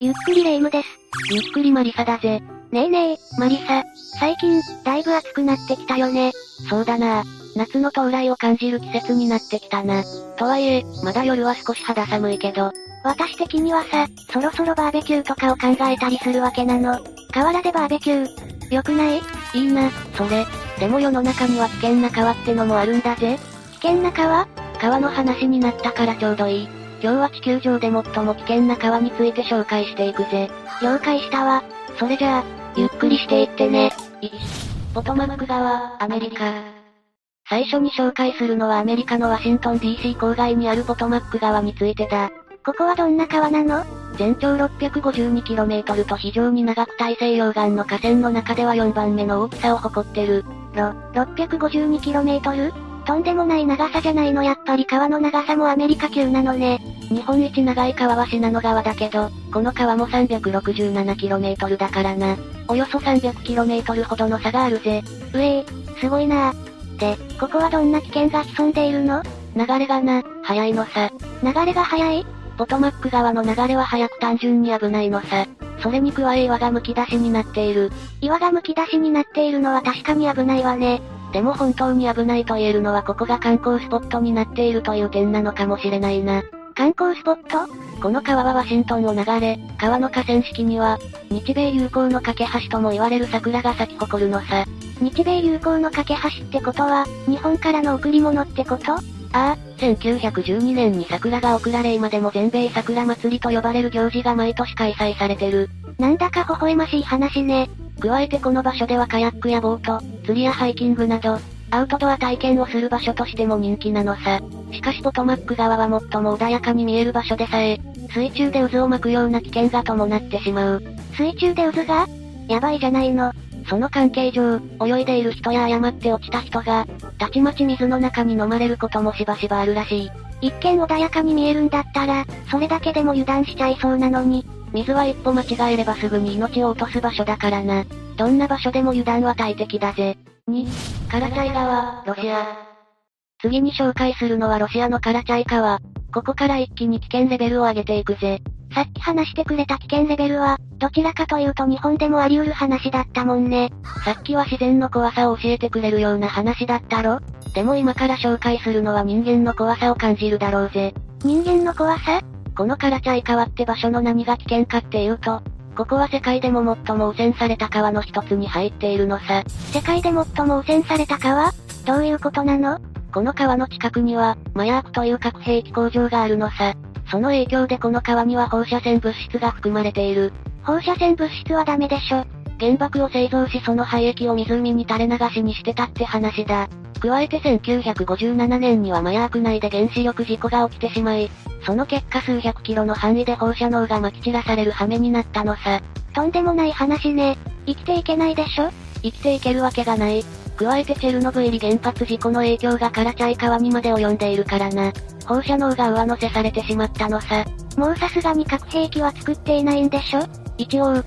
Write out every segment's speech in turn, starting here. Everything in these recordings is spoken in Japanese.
ゆっくりレ夢ムです。ゆっくりマリサだぜ。ねえねえ、マリサ、最近、だいぶ暑くなってきたよね。そうだな夏の到来を感じる季節になってきたな。とはいえ、まだ夜は少し肌寒いけど、私的にはさ、そろそろバーベキューとかを考えたりするわけなの。河原でバーベキュー。よくないいいな、それ。でも世の中には危険な川ってのもあるんだぜ。危険な川川の話になったからちょうどいい。今日は地球上で最も危険な川について紹介していくぜ。了解したわ。それじゃあ、ゆっくりしていってね。ポトマック川、アメリカ。最初に紹介するのはアメリカのワシントン DC 郊外にあるポトマック川についてだ。ここはどんな川なの全長 652km と非常に長く大西洋岸の河川の中では4番目の大きさを誇ってる。ろ、652km? とんでもない長さじゃないのやっぱり川の長さもアメリカ級なのね。日本一長い川は信濃川だけど、この川も 367km だからな。およそ 300km ほどの差があるぜ。うええ、すごいなあ。で、ここはどんな危険が潜んでいるの流れがな、速いのさ。流れが速いポトマック川の流れは速く単純に危ないのさ。それに加え岩が剥き出しになっている。岩が剥き出しになっているのは確かに危ないわね。でも本当に危ないと言えるのはここが観光スポットになっているという点なのかもしれないな。観光スポットこの川はワシントンを流れ、川の河川敷には、日米友好の架け橋とも言われる桜が咲き誇るのさ。日米友好の架け橋ってことは、日本からの贈り物ってことああ、1912年に桜が贈られ今でも全米桜祭りと呼ばれる行事が毎年開催されてる。なんだか微笑ましい話ね。加えてこの場所ではカヤックやボート、釣りやハイキングなど、アウトドア体験をする場所としても人気なのさ。しかしポトマック川は最も穏やかに見える場所でさえ、水中で渦を巻くような危険が伴ってしまう。水中で渦がやばいじゃないの。その関係上、泳いでいる人や誤って落ちた人が、たちまち水の中に飲まれることもしばしばあるらしい。一見穏やかに見えるんだったら、それだけでも油断しちゃいそうなのに。水は一歩間違えればすぐに命を落とす場所だからな。どんな場所でも油断は大敵だぜ。2、カラチャイ川、ロシア。次に紹介するのはロシアのカラチャイ川。ここから一気に危険レベルを上げていくぜ。さっき話してくれた危険レベルは、どちらかというと日本でもあり得る話だったもんね。さっきは自然の怖さを教えてくれるような話だったろでも今から紹介するのは人間の怖さを感じるだろうぜ。人間の怖さこのカラチャイ川って場所の何が危険かっていうと、ここは世界でも最も汚染された川の一つに入っているのさ。世界で最も汚染された川どういうことなのこの川の近くには、麻薬という核兵器工場があるのさ。その影響でこの川には放射線物質が含まれている。放射線物質はダメでしょ。原爆を製造しその廃液を湖に垂れ流しにしてたって話だ。加えて1957年には麻薬内で原子力事故が起きてしまい、その結果数百キロの範囲で放射能が撒き散らされる羽目になったのさ。とんでもない話ね。生きていけないでしょ生きていけるわけがない。加えてチェルノブイリ原発事故の影響がカラチャイ川にまで及んでいるからな。放射能が上乗せされてしまったのさ。もうさすがに核兵器は作っていないんでしょ一応、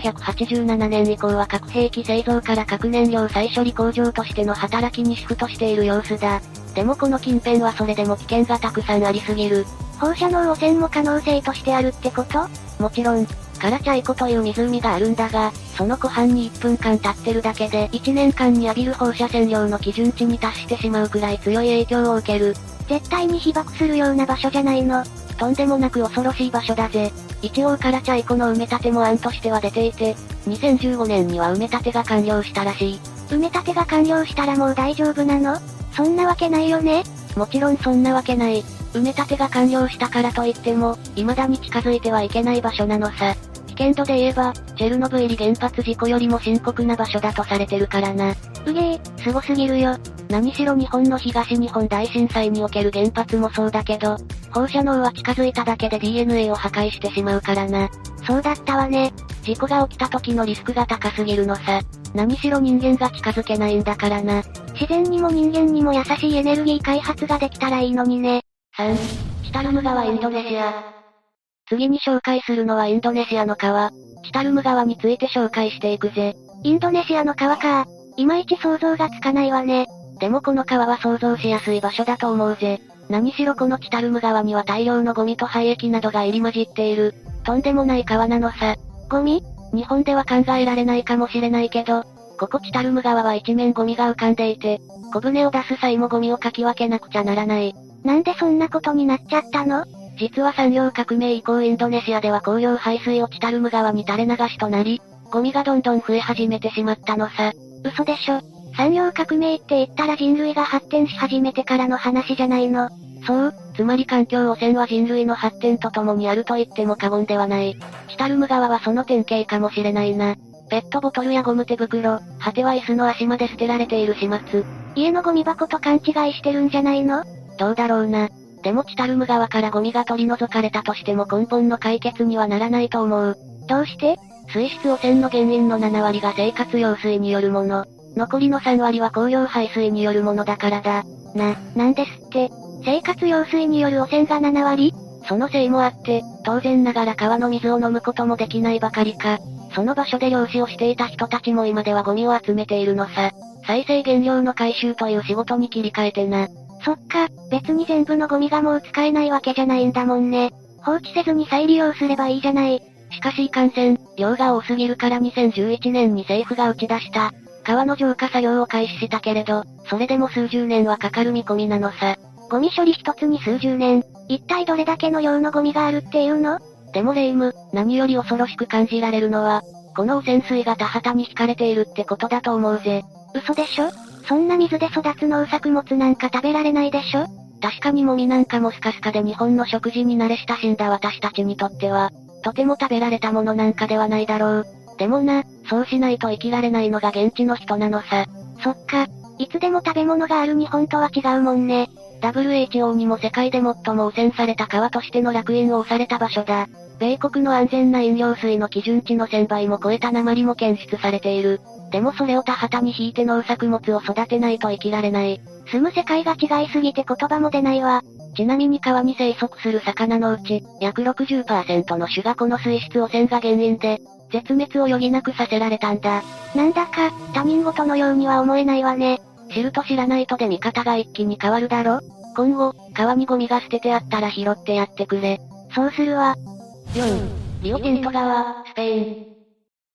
1987年以降は核兵器製造から核燃料再処理工場としての働きにシフトしている様子だ。でもこの近辺はそれでも危険がたくさんありすぎる。放射能汚染も可能性としてあるってこともちろん、カラチャイ湖という湖があるんだが、その湖畔に1分間立ってるだけで1年間に浴びる放射線量の基準値に達してしまうくらい強い影響を受ける。絶対に被爆するような場所じゃないの。とんでもなく恐ろしい場所だぜ。一応カラチャイ湖の埋め立ても案としては出ていて、2015年には埋め立てが完了したらしい。埋め立てが完了したらもう大丈夫なのそんなわけないよねもちろんそんなわけない。埋め立てが完了したからといっても、未だに近づいてはいけない場所なのさ。危険度で言えば、チェルノブイリ原発事故よりも深刻な場所だとされてるからな。うげえ、すごすぎるよ。何しろ日本の東日本大震災における原発もそうだけど、放射能は近づいただけで DNA を破壊してしまうからな。そうだったわね。事故が起きた時のリスクが高すぎるのさ。何しろ人間が近づけないんだからな。自然にも人間にも優しいエネルギー開発ができたらいいのにね。 3、チタルム川インドネシア。次に紹介するのはインドネシアの川、チタルム川について紹介していくぜ。インドネシアの川か。いまいち想像がつかないわね。でもこの川は想像しやすい場所だと思うぜ。何しろこのチタルム川には大量のゴミと廃液などが入り混じっている。とんでもない川なのさ。ゴミ日本では考えられないかもしれないけど、ここチタルム川は一面ゴミが浮かんでいて、小舟を出す際もゴミをかき分けなくちゃならない。なんでそんなことになっちゃったの実は産業革命以降インドネシアでは工業排水をチタルム川に垂れ流しとなり、ゴミがどんどん増え始めてしまったのさ。嘘でしょ。産業革命って言ったら人類が発展し始めてからの話じゃないの。そう、つまり環境汚染は人類の発展とともにあると言っても過言ではない。チタルム川はその典型かもしれないな。ペットボトルやゴム手袋、果ては椅子の足まで捨てられている始末。家のゴミ箱と勘違いしてるんじゃないのどうだろうな。でもチタルム川からゴミが取り除かれたとしても根本の解決にはならないと思う。どうして水質汚染の原因の7割が生活用水によるもの。残りの3割は工業排水によるものだからだ。な、なんですって。生活用水による汚染が7割そのせいもあって、当然ながら川の水を飲むこともできないばかりか、その場所で漁師をしていた人たちも今ではゴミを集めているのさ。再生原料の回収という仕事に切り替えてな。そっか、別に全部のゴミがもう使えないわけじゃないんだもんね。放置せずに再利用すればいいじゃない。しかしいかんせん、量が多すぎるから2011年に政府が打ち出した、川の浄化作業を開始したけれど、それでも数十年はかかる見込みなのさ。ゴミ処理一つに数十年、一体どれだけの量のゴミがあるっていうのでもレイム、何より恐ろしく感じられるのは、この汚染水が田畑に惹かれているってことだと思うぜ。嘘でしょそんな水で育つ農作物なんか食べられないでしょ確かにもみなんかもスカスカで日本の食事に慣れ親しんだ私たちにとっては、とても食べられたものなんかではないだろう。でもな、そうしないと生きられないのが現地の人なのさ。そっか。いつでも食べ物がある日本とは違うもんね。 WHO にも世界で最も汚染された川としての楽園を押された場所だ。米国の安全な飲料水の基準値の1000倍も超えた鉛も検出されている。でもそれを田畑に引いて農作物を育てないと生きられない。住む世界が違いすぎて言葉も出ないわ。ちなみに川に生息する魚のうち、約60%の種がこの水質汚染が原因で、絶滅を余儀なくさせられたんだ。なんだか、他人事のようには思えないわね。知ると知らないとで見方が一気に変わるだろ今後、川にゴミが捨ててあったら拾ってやってくれ。そうするわ。 4、リオテント川、スペイン。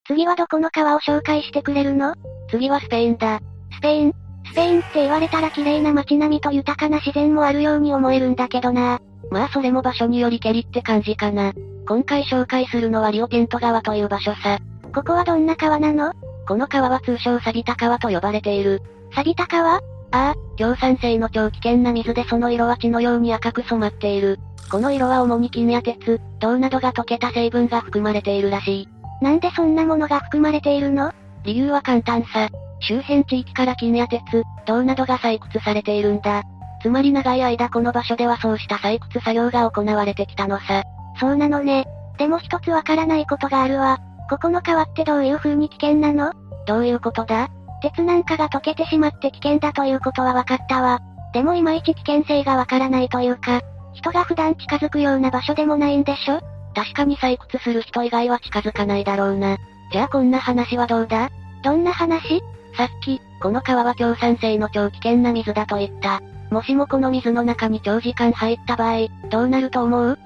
次はどこの川を紹介してくれるの次はスペインだ。スペインスペインって言われたら綺麗な街並みと豊かな自然もあるように思えるんだけどな。まあそれも場所によりけりって感じかな。今回紹介するのはリオテント川という場所さ。ここはどんな川なのこの川は通称錆びた川と呼ばれている。錆びた川ああ、強酸性の超危険な水でその色は血のように赤く染まっている。この色は主に金や鉄、銅などが溶けた成分が含まれているらしい。なんでそんなものが含まれているの理由は簡単さ。周辺地域から金や鉄、銅などが採掘されているんだ。つまり長い間この場所ではそうした採掘作業が行われてきたのさ。そうなのね。でも一つわからないことがあるわ。ここの川ってどういう風に危険なのどういうことだ鉄なんかが溶けてしまって危険だということは分かったわ。でもいまいち危険性がわからないというか、人が普段近づくような場所でもないんでしょ確かに採掘する人以外は近づかないだろうな。じゃあこんな話はどうだどんな話さっき、この川は強酸性の超危険な水だと言った。もしもこの水の中に長時間入った場合、どうなると思う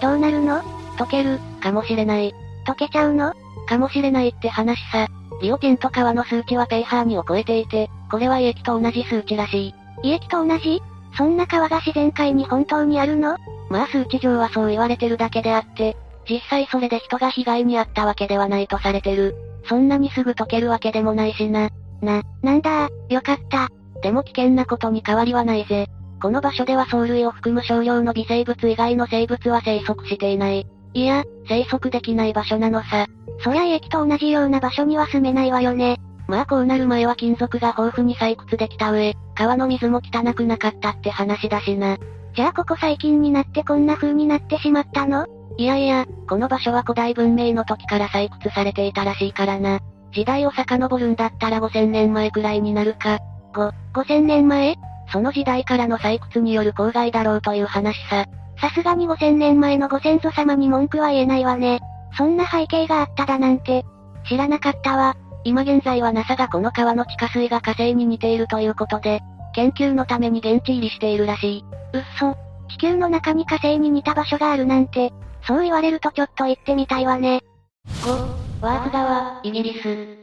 どうなるの溶ける、かもしれない。溶けちゃうのかもしれないって話さ。リオテント川の数値は pH2 を超えていて、これは胃液と同じ数値らしい。胃液と同じそんな川が自然界に本当にあるのまあ数値上はそう言われてるだけであって、実際それで人が被害に遭ったわけではないとされてる。そんなにすぐ溶けるわけでもないしな。なんだよかった。でも危険なことに変わりはないぜ。この場所では藻類を含む少量の微生物以外の生物は生息していない。いや、生息できない場所なのさ。そりゃ胃液と同じような場所には住めないわよね。まあこうなる前は金属が豊富に採掘できた上、川の水も汚くなかったって話だしな。じゃあここ最近になってこんな風になってしまったのいやいや、この場所は古代文明の時から採掘されていたらしいからな。時代を遡るんだったら5000年前くらいになるか。 5000年前その時代からの採掘による公害だろうという話さ。さすがに5000年前のご先祖様に文句は言えないわね。そんな背景があっただなんて、知らなかったわ。今現在は NASA がこの川の地下水が火星に似ているということで、研究のために現地入りしているらしい。うっそ。地球の中に火星に似た場所があるなんて、そう言われるとちょっと行ってみたいわね。 5、ワーフ川、イギリス。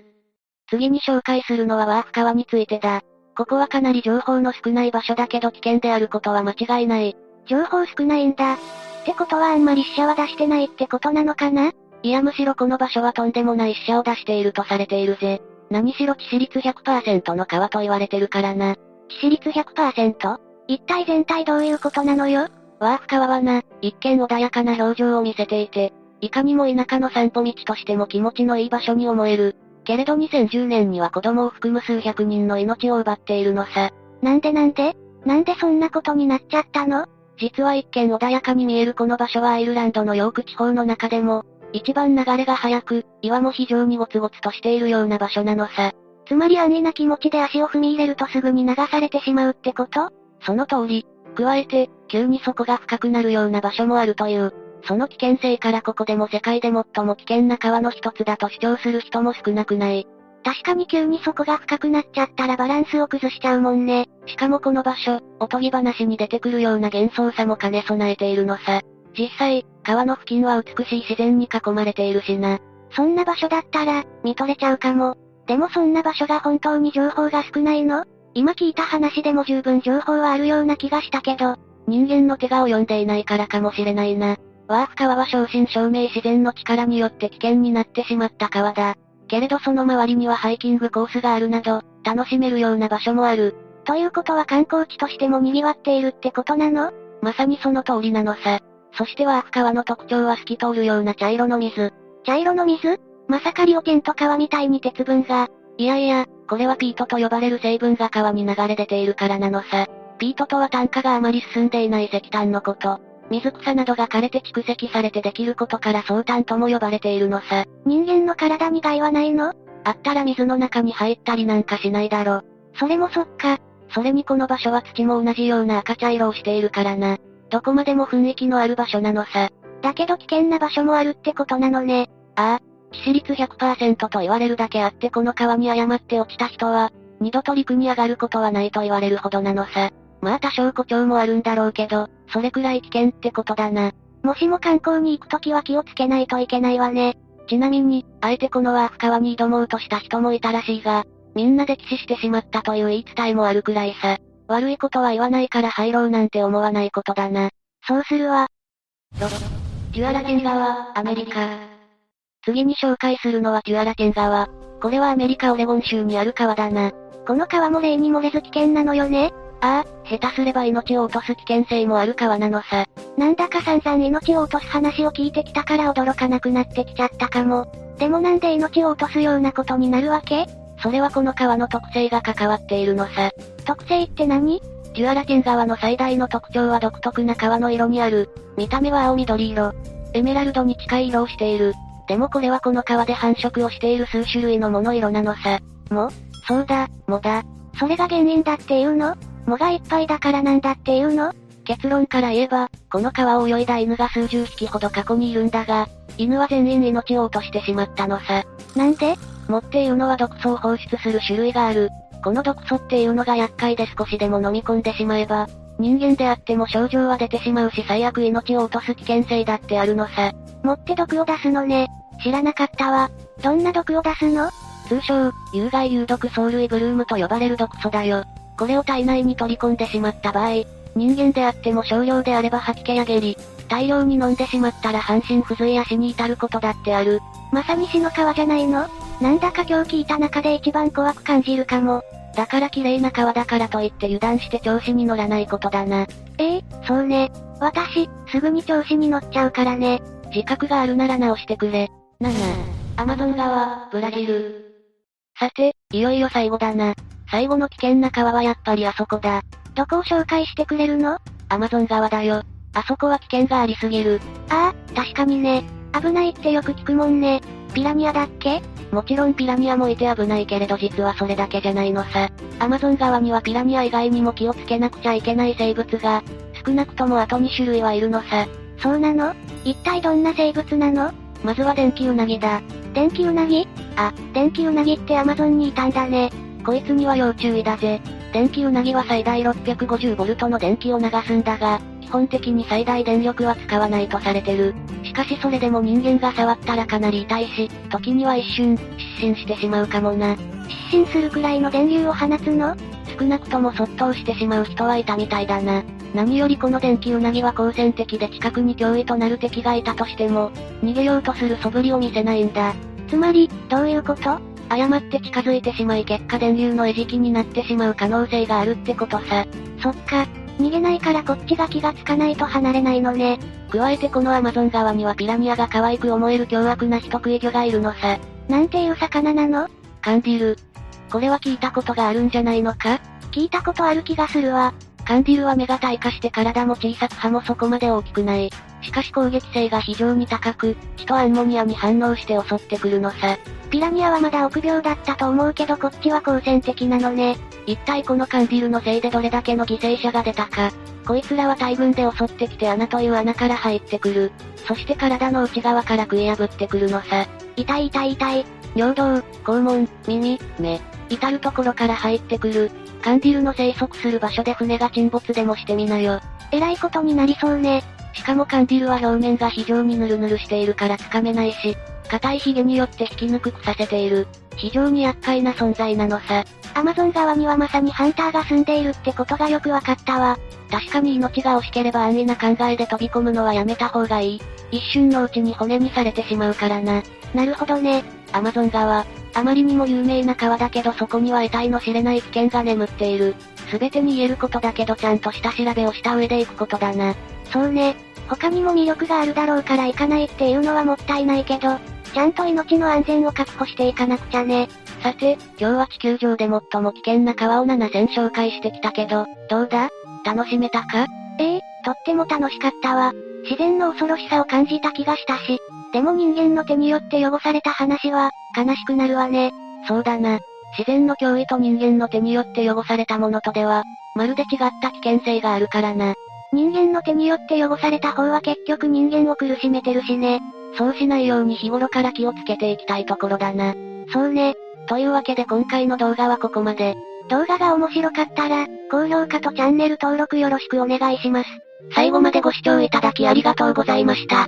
次に紹介するのはワーフ川についてだ。ここはかなり情報の少ない場所だけど危険であることは間違いない。情報少ないんだ。ってことはあんまり死者は出してないってことなのかないやむしろこの場所はとんでもない死者を出しているとされているぜ。何しろ致死率100%の川と言われてるからな。致死率 100%? 一体全体どういうことなのよワーフ川はな、一見穏やかな表情を見せていて、いかにも田舎の散歩道としても気持ちのいい場所に思える。けれど2010年には子供を含む数百人の命を奪っているのさ。なんでなんでなんでそんなことになっちゃったの実は一見穏やかに見えるこの場所はアイルランドのヨーク地方の中でも、一番流れが速く、岩も非常にゴツゴツとしているような場所なのさ。つまり安易な気持ちで足を踏み入れるとすぐに流されてしまうってことその通り。加えて、急に底が深くなるような場所もあるという。その危険性からここでも世界で最も危険な川の一つだと主張する人も少なくない。確かに急に底が深くなっちゃったらバランスを崩しちゃうもんね。しかもこの場所、おとぎ話に出てくるような幻想さも兼ね備えているのさ。実際、川の付近は美しい自然に囲まれているしな。そんな場所だったら、見とれちゃうかも。でもそんな場所が本当に情報が少ないの今聞いた話でも十分情報はあるような気がしたけど、人間の手が及んでいないからかもしれないな。ワーフ川は正真正銘自然の力によって危険になってしまった川だ。けれどその周りにはハイキングコースがあるなど、楽しめるような場所もある。ということは観光地としても賑わっているってことなのまさにその通りなのさ。そしてワーフ川の特徴は透き通るような茶色の水。茶色の水まさかリオケンと川みたいに鉄分が、いやいや、これはピートと呼ばれる成分が川に流れ出ているからなのさ。ピートとは炭化があまり進んでいない石炭のこと。水草などが枯れて蓄積されてできることから草炭とも呼ばれているのさ。人間の体に害はないのあったら水の中に入ったりなんかしないだろ。それもそっか。それにこの場所は土も同じような赤茶色をしているからな。どこまでも雰囲気のある場所なのさ。だけど危険な場所もあるってことなのね。ああ、致死率100%と言われるだけあってこの川に誤って落ちた人は、二度と陸に上がることはないと言われるほどなのさ。まあ多少誇張もあるんだろうけど、それくらい危険ってことだな。もしも観光に行くときは気をつけないといけないわね。ちなみに、あえてこのワーフ川に挑もうとした人もいたらしいが、みんなで騎士してしまったという言い伝えもあるくらいさ。悪いことは言わないから入ろうなんて思わないことだな。そうするわ。デュアラ県川、アメリカ。次に紹介するのはデュアラ県川。これはアメリカオレゴン州にある川だな。この川も例に漏れず危険なのよね。ああ、下手すれば命を落とす危険性もある川なのさ。なんだか散々命を落とす話を聞いてきたから驚かなくなってきちゃったかも。でもなんで命を落とすようなことになるわけそれはこの川の特性が関わっているのさ。特性って何デュアラ県川の最大の特徴は独特な川の色にある。見た目は青緑色。エメラルドに近い色をしている。でもこれはこの川で繁殖をしている数種類のモノ色なのさ。もそうだ、もだ。それが原因だっていうの藻がいっぱいだからなんだっていうの結論から言えば、この川を泳いだ犬が数十匹ほど過去にいるんだが、犬は全員命を落としてしまったのさ。なんで藻っていうのは毒素を放出する種類がある。この毒素っていうのが厄介で少しでも飲み込んでしまえば、人間であっても症状は出てしまうし最悪命を落とす危険性だってあるのさ。持って毒を出すのね。知らなかったわ。どんな毒を出すの通称、有害有毒藻類ブルームと呼ばれる毒素だよ。これを体内に取り込んでしまった場合、人間であっても少量であれば吐き気や下痢、大量に飲んでしまったら半身不随や死に至ることだってある。まさに死の川じゃないのなんだか今日聞いた中で一番怖く感じるかも。だから綺麗な川だからといって油断して調子に乗らないことだな。ええそうね。私、すぐに調子に乗っちゃうからね。自覚があるなら直してくれ。7、アマゾン川、ブラジル。さて、いよいよ最後だな。最後の危険な川はやっぱりあそこだ。どこを紹介してくれるのあアマゾン川だよ。あそこは危険がありすぎる。あ、確かにね。危ないってよく聞くもんね。ピラニアだっけもちろんピラニアもいて危ないけれど実はそれだけじゃないのさ。アマゾン川にはピラニア以外にも気をつけなくちゃいけない生物が、少なくともあと2種類はいるのさ。そうなの一体どんな生物なのまずは電気ウナギだ。電気ウナギあ、電気ウナギってアマゾンにいたんだね。こいつには要注意だぜ。電気ウナギは最大 650V の電気を流すんだが、基本的に最大電力は使わないとされてる。しかしそれでも人間が触ったらかなり痛いし、時には一瞬、失神してしまうかもな。失神するくらいの電流を放つの少なくとも卒倒してしまう人はいたみたいだな。何よりこの電気ウナギは好戦的で近くに脅威となる敵がいたとしても、逃げようとする素振りを見せないんだ。つまり、どういうこと誤って近づいてしまい結果電流の餌食になってしまう可能性があるってことさ。そっか。逃げないからこっちが気がつかないと離れないのね。加えてこのアマゾン川にはピラニアが可愛く思える凶悪な人食い魚がいるのさ。なんていう魚なの感じる。これは聞いたことがあるんじゃないのか聞いたことある気がするわ。カンディルは目が退化して体も小さく歯もそこまで大きくない。しかし攻撃性が非常に高く、血とアンモニアに反応して襲ってくるのさ。ピラニアはまだ臆病だったと思うけどこっちは好戦的なのね。一体このカンディルのせいでどれだけの犠牲者が出たか。こいつらは大群で襲ってきて穴という穴から入ってくる。そして体の内側から食い破ってくるのさ。痛い痛い痛い。尿道、肛門、耳、目。至るところから入ってくる。カンディルの生息する場所で船が沈没でもしてみなよ。えらいことになりそうね。しかもカンディルは表面が非常にヌルヌルしているからつかめないし、硬いヒゲによって引き抜くくさせている。非常に厄介な存在なのさ。アマゾン川にはまさにハンターが住んでいるってことがよくわかったわ。確かに命が惜しければ安易な考えで飛び込むのはやめた方がいい。一瞬のうちに骨にされてしまうからな。なるほどね。アマゾン川、あまりにも有名な川だけどそこには得体の知れない危険が眠っている。すべてに言えることだけどちゃんとした調べをした上で行くことだな。そうね。他にも魅力があるだろうから行かないっていうのはもったいないけど、ちゃんと命の安全を確保していかなくちゃね。さて、今日は地球上で最も危険な川を7000紹介してきたけど、どうだ楽しめたかええ、とっても楽しかったわ。自然の恐ろしさを感じた気がしたし、でも人間の手によって汚された話は、悲しくなるわね。そうだな。自然の脅威と人間の手によって汚されたものとでは、まるで違った危険性があるからな。人間の手によって汚された方は結局人間を苦しめてるしね。そうしないように日頃から気をつけていきたいところだな。そうね。というわけで今回の動画はここまで。動画が面白かったら、高評価とチャンネル登録よろしくお願いします。最後までご視聴いただきありがとうございました。